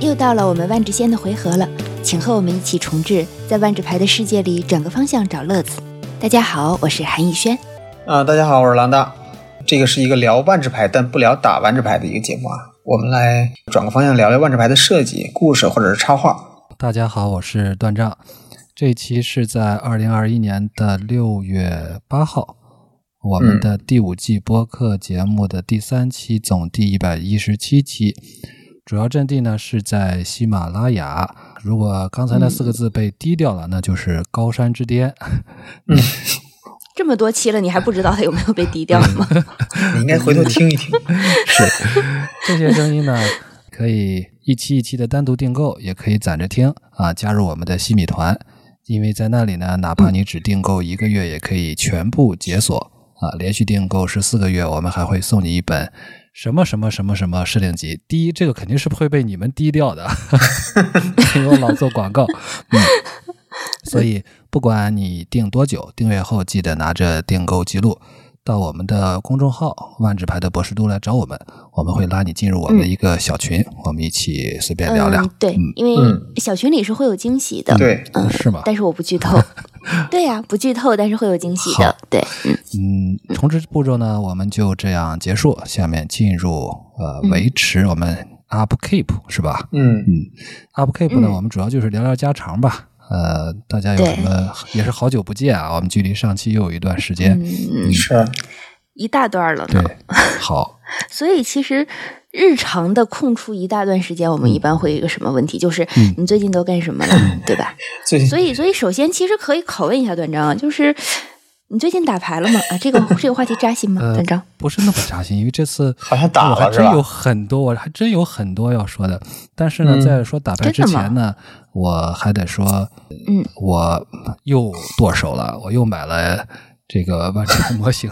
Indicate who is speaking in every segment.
Speaker 1: 又到了我们万智仙的回合了，请和我们一起重置在万智牌的世界里转个方向找乐子。大家好，我是韩逸轩。
Speaker 2: 啊，大家好，我是郎大。这个是一个聊万智牌，但不聊打万智牌的一个节目啊。我们来转个方向聊聊万智牌的设计、故事或者是插画。
Speaker 3: 大家好，我是段丈。这一期是在二零二一年的六月八号，我们的第五季播客节目的第三期，总第一百一十七期。主要阵地呢是在喜马拉雅。如果刚才那四个字被低调了，那就是高山之巅。
Speaker 1: 这么多期了，你还不知道它有没有被低调吗？
Speaker 3: 嗯
Speaker 2: 你应该回头听一听。
Speaker 3: 是这些声音呢，可以一期一期的单独订购，也可以攒着听啊，加入我们的西米团。因为在那里呢，哪怕你只订购一个月，也可以全部解锁啊！连续订购十四个月，我们还会送你一本什么什么什么什么设定集。第一，这个肯定是不会被你们低调的， 因为我老做广告。嗯，所以不管你订多久，订阅后记得拿着订购记录到我们的公众号“万智牌的博士都”来找我们，我们会拉你进入我们的一个小群，我们一起随便聊聊。
Speaker 1: 嗯，对，因为
Speaker 2: 嗯
Speaker 1: 小群里是会有惊喜的。
Speaker 2: 对，
Speaker 1: 嗯，
Speaker 3: 是吗
Speaker 1: 但是我不剧透。对呀、不剧透，但是会有惊喜的
Speaker 3: 好。
Speaker 1: 对，嗯，
Speaker 3: 嗯，重置步骤呢，我们就这样结束。下面进入呃
Speaker 1: 嗯
Speaker 3: 维持我们 upkeep 是吧
Speaker 2: 嗯，
Speaker 3: ？upkeep 呢，
Speaker 1: 嗯
Speaker 3: 我们主要就是聊聊家常吧。呃，大家有
Speaker 1: 对
Speaker 3: 什么也是好久不见啊，我们距离上期又有一段时间。
Speaker 1: 嗯，
Speaker 2: 是
Speaker 1: 一大段了呢。
Speaker 3: 对， 好，
Speaker 1: 所以其实日常的空出一大段时间，我们一般会有一个什么问题？就是
Speaker 3: 嗯
Speaker 1: 你最近都干什 么了，对吧？
Speaker 2: 最近
Speaker 1: 所以，所以首先其实可以拷问一下段章啊，就是你最近打牌了吗？啊，这个这个话题扎心吗？
Speaker 3: 呃
Speaker 1: 段章，
Speaker 3: 不是那么扎心，因为这次
Speaker 2: 好像打
Speaker 3: 我还
Speaker 2: 了是
Speaker 3: 真
Speaker 2: 吧
Speaker 3: 有？很多，我还真有很多要说的。但是呢，
Speaker 2: 嗯
Speaker 3: 在说打牌之
Speaker 1: 真的吗
Speaker 3: 前呢，我还得说，
Speaker 1: 嗯，
Speaker 3: 我又剁手了，我又买了这个万智牌模型。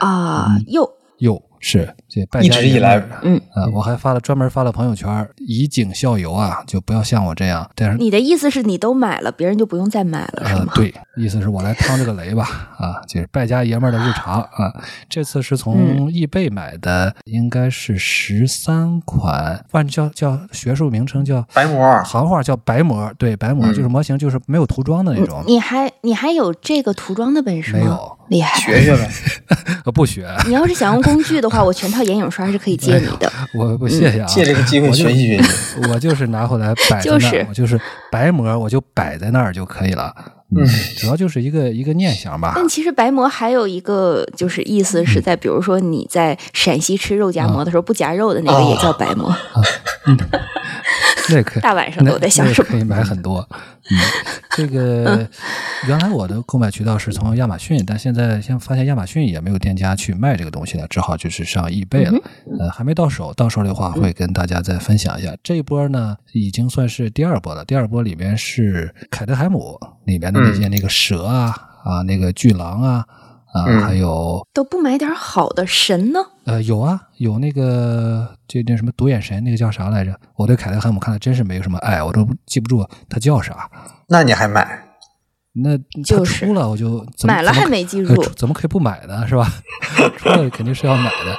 Speaker 1: 啊，
Speaker 3: 嗯
Speaker 1: 又
Speaker 3: 哟，是这败
Speaker 2: 一
Speaker 3: 家
Speaker 2: 直
Speaker 3: 爷
Speaker 2: 以
Speaker 3: 们
Speaker 2: 来
Speaker 3: 儿
Speaker 1: 嗯，
Speaker 3: 啊、我还发了专门发了朋友圈儿，以儆效尤啊，就不要像我这样。但是
Speaker 1: 你的意思是你都买了，别人就不用再买了，是
Speaker 3: 呃，
Speaker 1: 吗？
Speaker 3: 对，意思是我来趟这个雷吧，啊，就是败家爷们儿的日常啊。这次是
Speaker 1: 嗯
Speaker 3: 从易贝买的，应该是十三款，万叫叫学术名称叫
Speaker 2: 白膜儿
Speaker 3: 行话叫白膜，对，白膜、
Speaker 2: 嗯
Speaker 3: 就是模型，就是没有涂装的那种，
Speaker 1: 嗯你还你还有这个涂装的本事
Speaker 3: 没
Speaker 1: 吗？
Speaker 3: 有，
Speaker 1: 厉害！
Speaker 2: 学学呗。
Speaker 3: 呃，不学，
Speaker 1: 你要是想用工具的话，我全套眼影刷是可以借你的。
Speaker 3: 我不谢谢啊，
Speaker 2: 借这个机会
Speaker 3: 我就
Speaker 2: 嗯学习学习。
Speaker 3: 我就是拿回来摆在那儿，
Speaker 1: 就是
Speaker 3: 我就是白膜，我就摆在那儿就可以了。
Speaker 2: 嗯，
Speaker 3: 主要就是一个一个念想吧。
Speaker 1: 但其实白馍还有一个就是意思
Speaker 3: 嗯
Speaker 1: 是在，比如说你在陕西吃肉夹馍的时候不夹肉的那个
Speaker 3: 哦
Speaker 1: 也叫白 馍。
Speaker 3: 那可
Speaker 1: 大晚上的我在想
Speaker 3: 那
Speaker 1: 什
Speaker 3: 那可以
Speaker 1: 么？
Speaker 3: 买很多。嗯， 这个原来我的购买渠道是从亚马逊，但现在先发现亚马逊也没有店家去卖这个东西了，只好就是上易
Speaker 1: 嗯
Speaker 3: 贝了。呃，还没到手，到手的话会跟大家再分享一下。这一波呢，已经算是第二波了。第二波里面是凯德海姆里面
Speaker 1: 嗯
Speaker 3: 的那些那个蛇啊、啊，那个巨狼啊啊，
Speaker 2: 嗯
Speaker 3: 还有
Speaker 1: 都不买点好的神呢？
Speaker 3: 呃，有啊，有那个就那什么独眼神，那个叫啥来着？我对凯特·汉姆看的真是没有什么爱，我都不记不住他叫啥。
Speaker 2: 那你还买？
Speaker 3: 那他
Speaker 1: 就是
Speaker 3: 出了我就怎么
Speaker 1: 买了
Speaker 3: 怎么
Speaker 1: 还
Speaker 3: 可
Speaker 1: 没记
Speaker 3: 呃
Speaker 1: 住，
Speaker 3: 出怎么可以不买呢？是吧？ 出了肯定是要买的。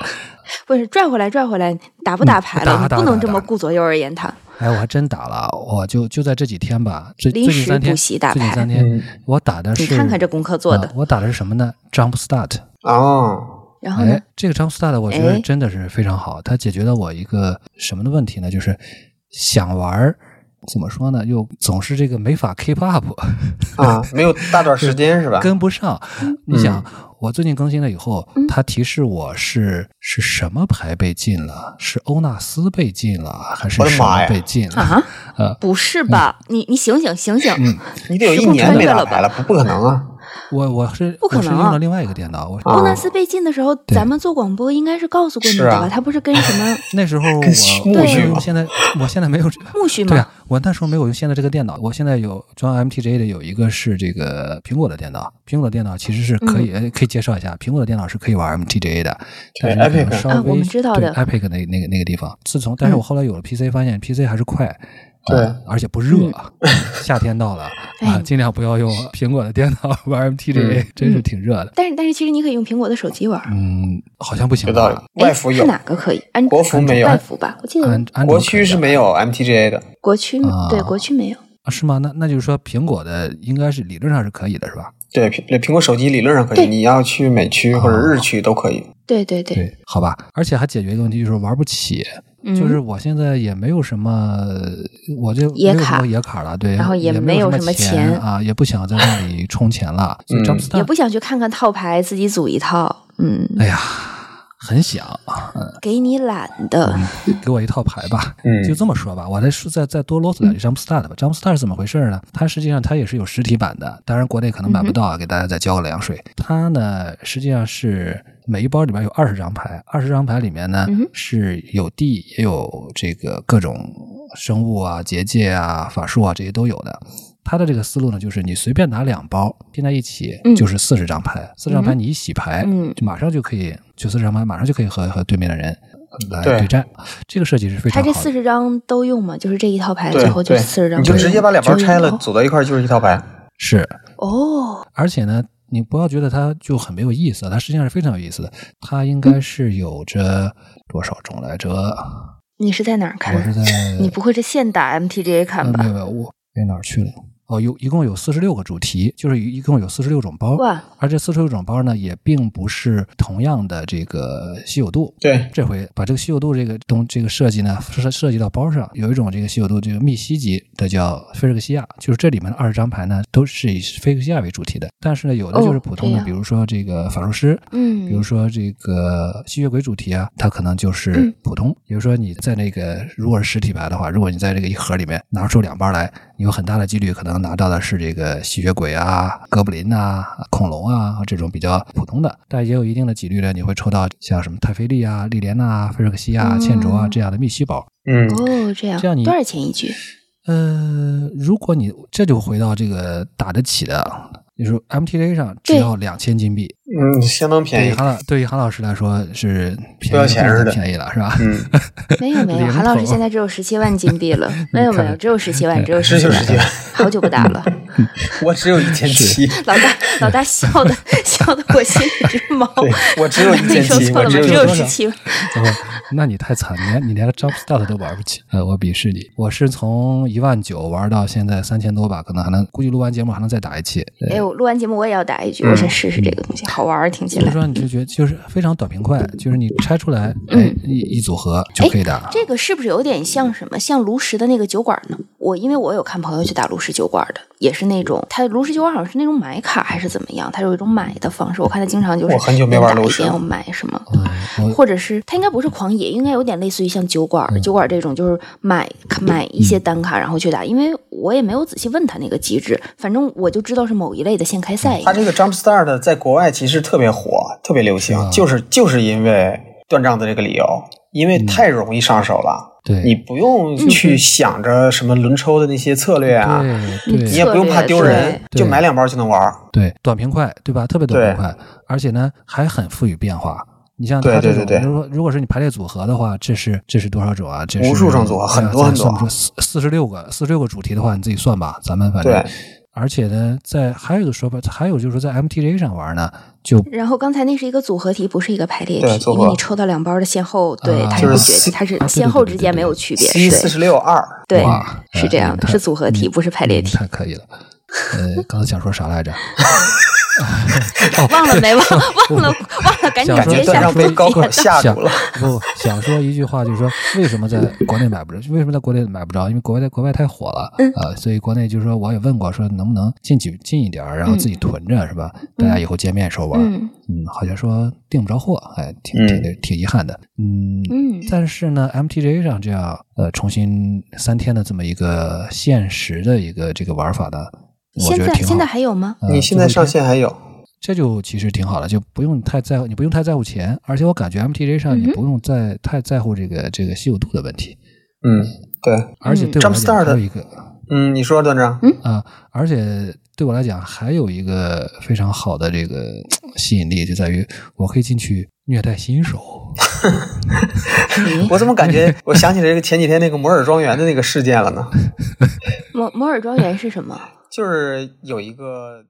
Speaker 1: 不是拽回来拽回来，打不打牌了？
Speaker 3: 嗯打打
Speaker 1: 你不能
Speaker 3: 打
Speaker 1: 这么
Speaker 3: 打
Speaker 1: 顾左右而言他。
Speaker 3: 哎，我还真打了，我就就在这几天吧，最最
Speaker 1: 临
Speaker 3: 近
Speaker 1: 时
Speaker 3: 三天，
Speaker 1: 补习打
Speaker 3: 最近
Speaker 1: 牌
Speaker 3: 三天、
Speaker 2: 嗯
Speaker 3: 我打的是
Speaker 1: 你看看这功课做的
Speaker 3: 啊我打的是什么呢？Jump Start。
Speaker 2: 哦，
Speaker 1: 然后呢
Speaker 3: 哎？，这个 Jumpstart 我觉得
Speaker 1: 哎
Speaker 3: 真的是非常好，它解决了我一个什么的问题呢？就是想玩儿，怎么说呢？又总是这个没法 keep up，
Speaker 2: 啊，没有大段时间是吧？
Speaker 3: 跟不上。
Speaker 1: 嗯
Speaker 3: 你想，
Speaker 2: 嗯
Speaker 3: 我最近更新了以后，它提示我是是什么牌被禁了？是欧纳斯被禁了，还是
Speaker 2: 我的
Speaker 3: 什
Speaker 2: 妈
Speaker 3: 么
Speaker 2: 呀
Speaker 3: 被禁
Speaker 2: 哎
Speaker 3: 了？
Speaker 1: 啊？
Speaker 3: 呃，
Speaker 1: 不是吧？
Speaker 2: 嗯
Speaker 1: 你你醒醒醒醒！
Speaker 2: 你得有一年没打牌了，不不可能啊！
Speaker 3: 我我是
Speaker 1: 不可
Speaker 3: 我是
Speaker 1: 能啊
Speaker 3: 用了另外一个电脑，我
Speaker 1: 欧纳斯被禁的时候，咱们做广播应该是告诉过你的
Speaker 2: 哦是
Speaker 1: 吧？
Speaker 2: 啊
Speaker 1: 他不是跟什么
Speaker 3: 那时候我
Speaker 2: 跟畜
Speaker 3: 我
Speaker 1: 牧
Speaker 3: 是
Speaker 1: 一
Speaker 3: 用
Speaker 2: 样
Speaker 3: 现在我现在没有这
Speaker 1: 苜蓿
Speaker 3: 对
Speaker 1: 吗？
Speaker 3: 啊，我那时候没有用现在这个电脑，我现在有装 MTJ 的，有一个是这个苹果的电脑，苹果的电脑其实是可
Speaker 1: 嗯
Speaker 3: 以、呃可以介绍一下，苹果的电脑是可以玩 MTJ 的，但
Speaker 2: 对
Speaker 3: 是你可能
Speaker 2: Epic
Speaker 3: 稍微、
Speaker 1: 啊我们知道的嗯
Speaker 3: 对 Epic 那那个那个地方，自从但是我后来有了 PC，发现 PC 还是快。
Speaker 2: 对
Speaker 3: 啊 而且不热，夏天到了啊
Speaker 1: 嗯哎，
Speaker 3: 尽量不要用苹果的电脑 玩
Speaker 2: 嗯
Speaker 3: MTGA，、
Speaker 1: 嗯
Speaker 3: 真是挺热的。
Speaker 1: 但是但是其实你可以用苹果的手机玩儿，
Speaker 3: 嗯，好像不行
Speaker 2: 有道理
Speaker 3: 吧？。
Speaker 1: 哎
Speaker 2: 外服有
Speaker 1: 是，哪个可以？安
Speaker 2: 国服没有
Speaker 1: 外服吧？我记
Speaker 3: 安
Speaker 1: 得
Speaker 3: 安卓
Speaker 2: 国
Speaker 3: 可
Speaker 2: 区
Speaker 3: 以
Speaker 2: 是
Speaker 3: 吧
Speaker 2: 没有 MTGA 的。
Speaker 1: 国区
Speaker 3: 啊
Speaker 1: 对国区没有。
Speaker 3: 啊是吗？那那就是说苹果的应该是理论上是可以的，是吧？
Speaker 2: 对，苹苹果手机理论上可以，
Speaker 1: 对
Speaker 2: 你要去美区或者日区都可以。
Speaker 1: 对对对，
Speaker 3: 对，好吧。而且还解决一个问题，就是玩不起。
Speaker 1: 嗯
Speaker 3: 就是我现在也没有什么，我就
Speaker 1: 野
Speaker 3: 没有什
Speaker 1: 卡
Speaker 3: 么野卡了，对，
Speaker 1: 然后也
Speaker 3: 也
Speaker 1: 没有
Speaker 3: 有
Speaker 1: 什么
Speaker 3: 钱
Speaker 1: 钱
Speaker 3: 啊，也不想在那里充钱了，所以
Speaker 2: 嗯
Speaker 3: Jumpstart
Speaker 1: 也不想去看看套牌，自己组一套。嗯，
Speaker 3: 哎呀，很想啊，
Speaker 1: 给你懒的。
Speaker 3: 给我一套牌吧。
Speaker 2: 嗯
Speaker 3: 就这么说吧，我再说再再多啰嗦
Speaker 1: 嗯
Speaker 3: 两句 Jumpstart 吧。Jumpstart 是怎么回事呢？它实际上它也是有实体版的，当然国内可能买
Speaker 1: 嗯
Speaker 3: 不到啊，给大家再浇个凉水。它呢实际上是每一包里面有二十张牌，二十张牌里面呢、
Speaker 1: 嗯哼
Speaker 3: 是有地也有这个各种生物啊、结界啊、法术啊这些都有的。它的这个思路呢，就是你随便拿两包拼在一起
Speaker 1: 嗯，
Speaker 3: 就是四十张牌，四十张牌
Speaker 1: 嗯
Speaker 3: 你一洗牌，
Speaker 1: 嗯
Speaker 3: 就马上就可以，就四十张牌马上就可以和和对面的人呃来
Speaker 2: 对
Speaker 3: 对战，这个设计是非
Speaker 1: 他
Speaker 3: 常
Speaker 1: 这
Speaker 3: 好
Speaker 1: 四
Speaker 3: 的。
Speaker 1: 十张都用吗？就是这一套牌，
Speaker 2: 对
Speaker 1: 最后就
Speaker 2: 对
Speaker 1: 四十张都用，
Speaker 2: 你就直接把两包拆了，
Speaker 1: 哦
Speaker 2: 组到一块儿就是一套牌。
Speaker 3: 是，
Speaker 1: 哦，
Speaker 3: 而且呢，你不要觉得它就很没有意思，它实际上是非常有意思的。它应该是有着多少种来着？
Speaker 1: 你是在哪儿
Speaker 3: 我是
Speaker 1: 看？
Speaker 3: 在
Speaker 1: 你不会是现打 MTGA 看
Speaker 3: 呃没
Speaker 1: 吧
Speaker 3: 有？没有，我在哪儿去了？哦，有一共有四十六个主题，就是一共有四十六种包，
Speaker 1: 哇，
Speaker 3: 而这四十六种包呢，也并不是同样的这个稀有度，
Speaker 2: 对，
Speaker 3: 这回把这个稀有度这个东这个设计呢，涉涉及到包上，有一种这个稀有度这个密西级的叫菲尔克西亚，就是这里面的二十张牌呢都是以菲尔克西亚为主题的，但是呢有的
Speaker 1: 哦
Speaker 3: 就是普通
Speaker 1: 这
Speaker 3: 的，
Speaker 1: 样
Speaker 3: 比如说这个法术师。
Speaker 1: 嗯，
Speaker 3: 比如说这个吸血鬼主题啊，它可能就是
Speaker 1: 嗯
Speaker 3: 普通。比如说你在那个如果是实体牌的话，如果你在这个一盒里面拿出两包来，你有很大的几率可能拿到的是这个吸血鬼啊、哥布林啊、恐龙啊这种比较普通的，但也有一定的几率呢，你会抽到像什么泰菲利啊、莉莲娜、啊、菲尔克西亚、
Speaker 1: 嗯
Speaker 3: 茜卓啊这样的密西宝。
Speaker 2: 嗯，
Speaker 1: 哦，这样
Speaker 3: 这样你
Speaker 1: 多少钱一局？
Speaker 3: 呃，如果你这就回到这个打得起的，就是 MTA 上只
Speaker 1: 对
Speaker 3: 要两千金币，
Speaker 2: 嗯，相当便
Speaker 3: 对于
Speaker 2: 宜。
Speaker 3: 韩老对于韩老师来说是便宜
Speaker 2: 不要钱
Speaker 3: 非常
Speaker 2: 似的
Speaker 3: 便宜了是吧？
Speaker 2: 嗯，
Speaker 1: 没有没有，
Speaker 3: 零头
Speaker 1: 韩老师现在只有十七万金币 了，没有没有，只有十七万，只有
Speaker 2: 这
Speaker 1: 十七
Speaker 2: 就是这
Speaker 1: 万，
Speaker 2: 样。
Speaker 1: 好久不打了，
Speaker 2: 我只有一千七，
Speaker 1: 老大老大笑的笑的我心里直毛。
Speaker 2: 对我只有一
Speaker 1: 没
Speaker 2: 千
Speaker 1: 说
Speaker 2: 七，
Speaker 1: 错
Speaker 2: 我
Speaker 1: 了吗？
Speaker 2: 只
Speaker 1: 只
Speaker 2: 有
Speaker 1: 有
Speaker 2: 一
Speaker 3: 多
Speaker 1: 十
Speaker 3: 少
Speaker 1: 七万，
Speaker 3: 哦，那你太惨，你连你连个 jump start 都玩不起。呃，我鄙视你，我是从一万九玩到现在三千多吧，可能还能估计录完节目还能再打一期。对
Speaker 1: 哎，我录完节目我也要打一局，我想试试这个东西，好玩儿，听起
Speaker 3: 所以
Speaker 1: 来。
Speaker 3: 说你就觉得就是非常短平快，就是你拆出来，哎，
Speaker 2: 嗯
Speaker 3: 一一组合就
Speaker 2: 哎
Speaker 3: 可以打。
Speaker 1: 这个是不是有点像什么？像炉石的那个酒馆呢？我因为我有看朋友去打炉石酒馆的，也是那种，他炉石酒馆好像是那种买卡还是怎么样，它有一种买的方式。我看他经常就是
Speaker 2: 我很久没玩
Speaker 1: 打
Speaker 2: 炉
Speaker 1: 一
Speaker 2: 石
Speaker 1: 遍
Speaker 2: 了
Speaker 1: 我买什么，
Speaker 3: 嗯，我
Speaker 1: 或者是它应该不是狂野，应该有点类似于像酒馆、酒馆这种，就是买买一些单卡然后去打。因为我也没有仔细问他那个机制，反正我就知道是某一类的现开赛。
Speaker 2: 它这个 Jumpstart 在国外其实特别火，特别流行，
Speaker 3: 是吧
Speaker 2: 就是啊就是因为断账的这个理由，因为太容易上手了，
Speaker 3: 对
Speaker 2: 你不
Speaker 1: 嗯
Speaker 2: 用去想着什么轮抽的那些策略啊，
Speaker 3: 对对
Speaker 2: 你也不用怕丢人，
Speaker 3: 对
Speaker 2: 就买两包就能玩。
Speaker 3: 对，短平快，对吧？特别短平快，而且呢还很富于变化。你像它
Speaker 2: 对
Speaker 3: 这
Speaker 2: 对对
Speaker 3: 种，
Speaker 2: 对
Speaker 3: 如果如果是你排列组合的话，这是这是多少种啊？这是
Speaker 2: 无数种组合
Speaker 3: 哎呀
Speaker 2: 很多
Speaker 3: 咱
Speaker 2: 很多
Speaker 3: 算不出四四十六个四十六个主题的话，你自己算吧。咱们反正
Speaker 2: 对，
Speaker 3: 而且呢，在还有一个说法，还有就是说在 MTJ 上玩呢，就
Speaker 1: 然后刚才那是一个组合题，不是一个排列
Speaker 2: 对
Speaker 1: 题，
Speaker 2: 组
Speaker 1: 因
Speaker 2: 合
Speaker 1: 为你抽到两包的先后，对，
Speaker 3: 啊
Speaker 1: 它是
Speaker 2: 就
Speaker 1: 会
Speaker 2: 是
Speaker 1: 觉
Speaker 2: 四
Speaker 1: 得它是
Speaker 3: 啊对
Speaker 1: 先
Speaker 3: 对
Speaker 1: 后
Speaker 3: 对
Speaker 1: 之
Speaker 3: 对
Speaker 1: 间
Speaker 3: 对
Speaker 1: 没有
Speaker 3: 对
Speaker 1: 区别，
Speaker 2: C 四十
Speaker 1: 对
Speaker 2: 六二，
Speaker 1: 对
Speaker 3: 哇，
Speaker 1: 是这样的，
Speaker 3: 哎
Speaker 1: 是组合题，不是排列
Speaker 3: 你
Speaker 1: 题。
Speaker 3: 嗯太可以了。呃，刚才想说啥来着？
Speaker 1: 忘了 没忘？忘了忘了，赶紧
Speaker 3: 哎想
Speaker 2: 感
Speaker 3: 说
Speaker 2: 觉
Speaker 1: 接
Speaker 2: 断
Speaker 1: 下
Speaker 2: 账
Speaker 1: 主
Speaker 2: 被
Speaker 1: 题。
Speaker 2: 高考吓
Speaker 3: 想
Speaker 2: 住 了。
Speaker 3: 不想说一句话，就是说为什么在国内买不着？为什么在国内买不着？因为国外在国外太火了，呃，所以国内就是说我也问过，说能不能进几进一点儿，然后自己囤着，是吧？大家以后见面的时候玩，嗯
Speaker 1: 嗯
Speaker 3: 好像说订不着货，哎，
Speaker 2: 嗯
Speaker 3: 挺挺挺遗憾的，嗯。
Speaker 1: 嗯，
Speaker 3: 但是呢，MTJ 上这样呃重新三天的这么一个限时的一个这个玩法呢，我
Speaker 1: 现
Speaker 3: 觉得
Speaker 1: 在
Speaker 3: 挺好
Speaker 1: 现在。还有吗？
Speaker 3: 呃
Speaker 2: 你现在
Speaker 3: 最后
Speaker 2: 上
Speaker 3: 一天
Speaker 2: 线还有，
Speaker 3: 这就其实挺好的，就不用太在乎，你不用太在乎钱，而且我感觉 MTJ 上
Speaker 1: 嗯
Speaker 3: 你
Speaker 1: 哼
Speaker 3: 不用再太在乎这个这个稀有度的问题，
Speaker 2: 嗯，对，
Speaker 3: 而且对我来讲
Speaker 2: Jumpstart
Speaker 3: 还有一个，
Speaker 2: 嗯，你说段正，
Speaker 3: 啊、而且对我来讲，还有一个非常好的这个吸引力，就在于我可以进去虐待新手。
Speaker 1: 咦
Speaker 2: 我怎么感觉我想起了这个前几天那个摩尔庄园的那个事件了呢？
Speaker 1: 摩摩尔庄园是什么？
Speaker 2: 就是有一个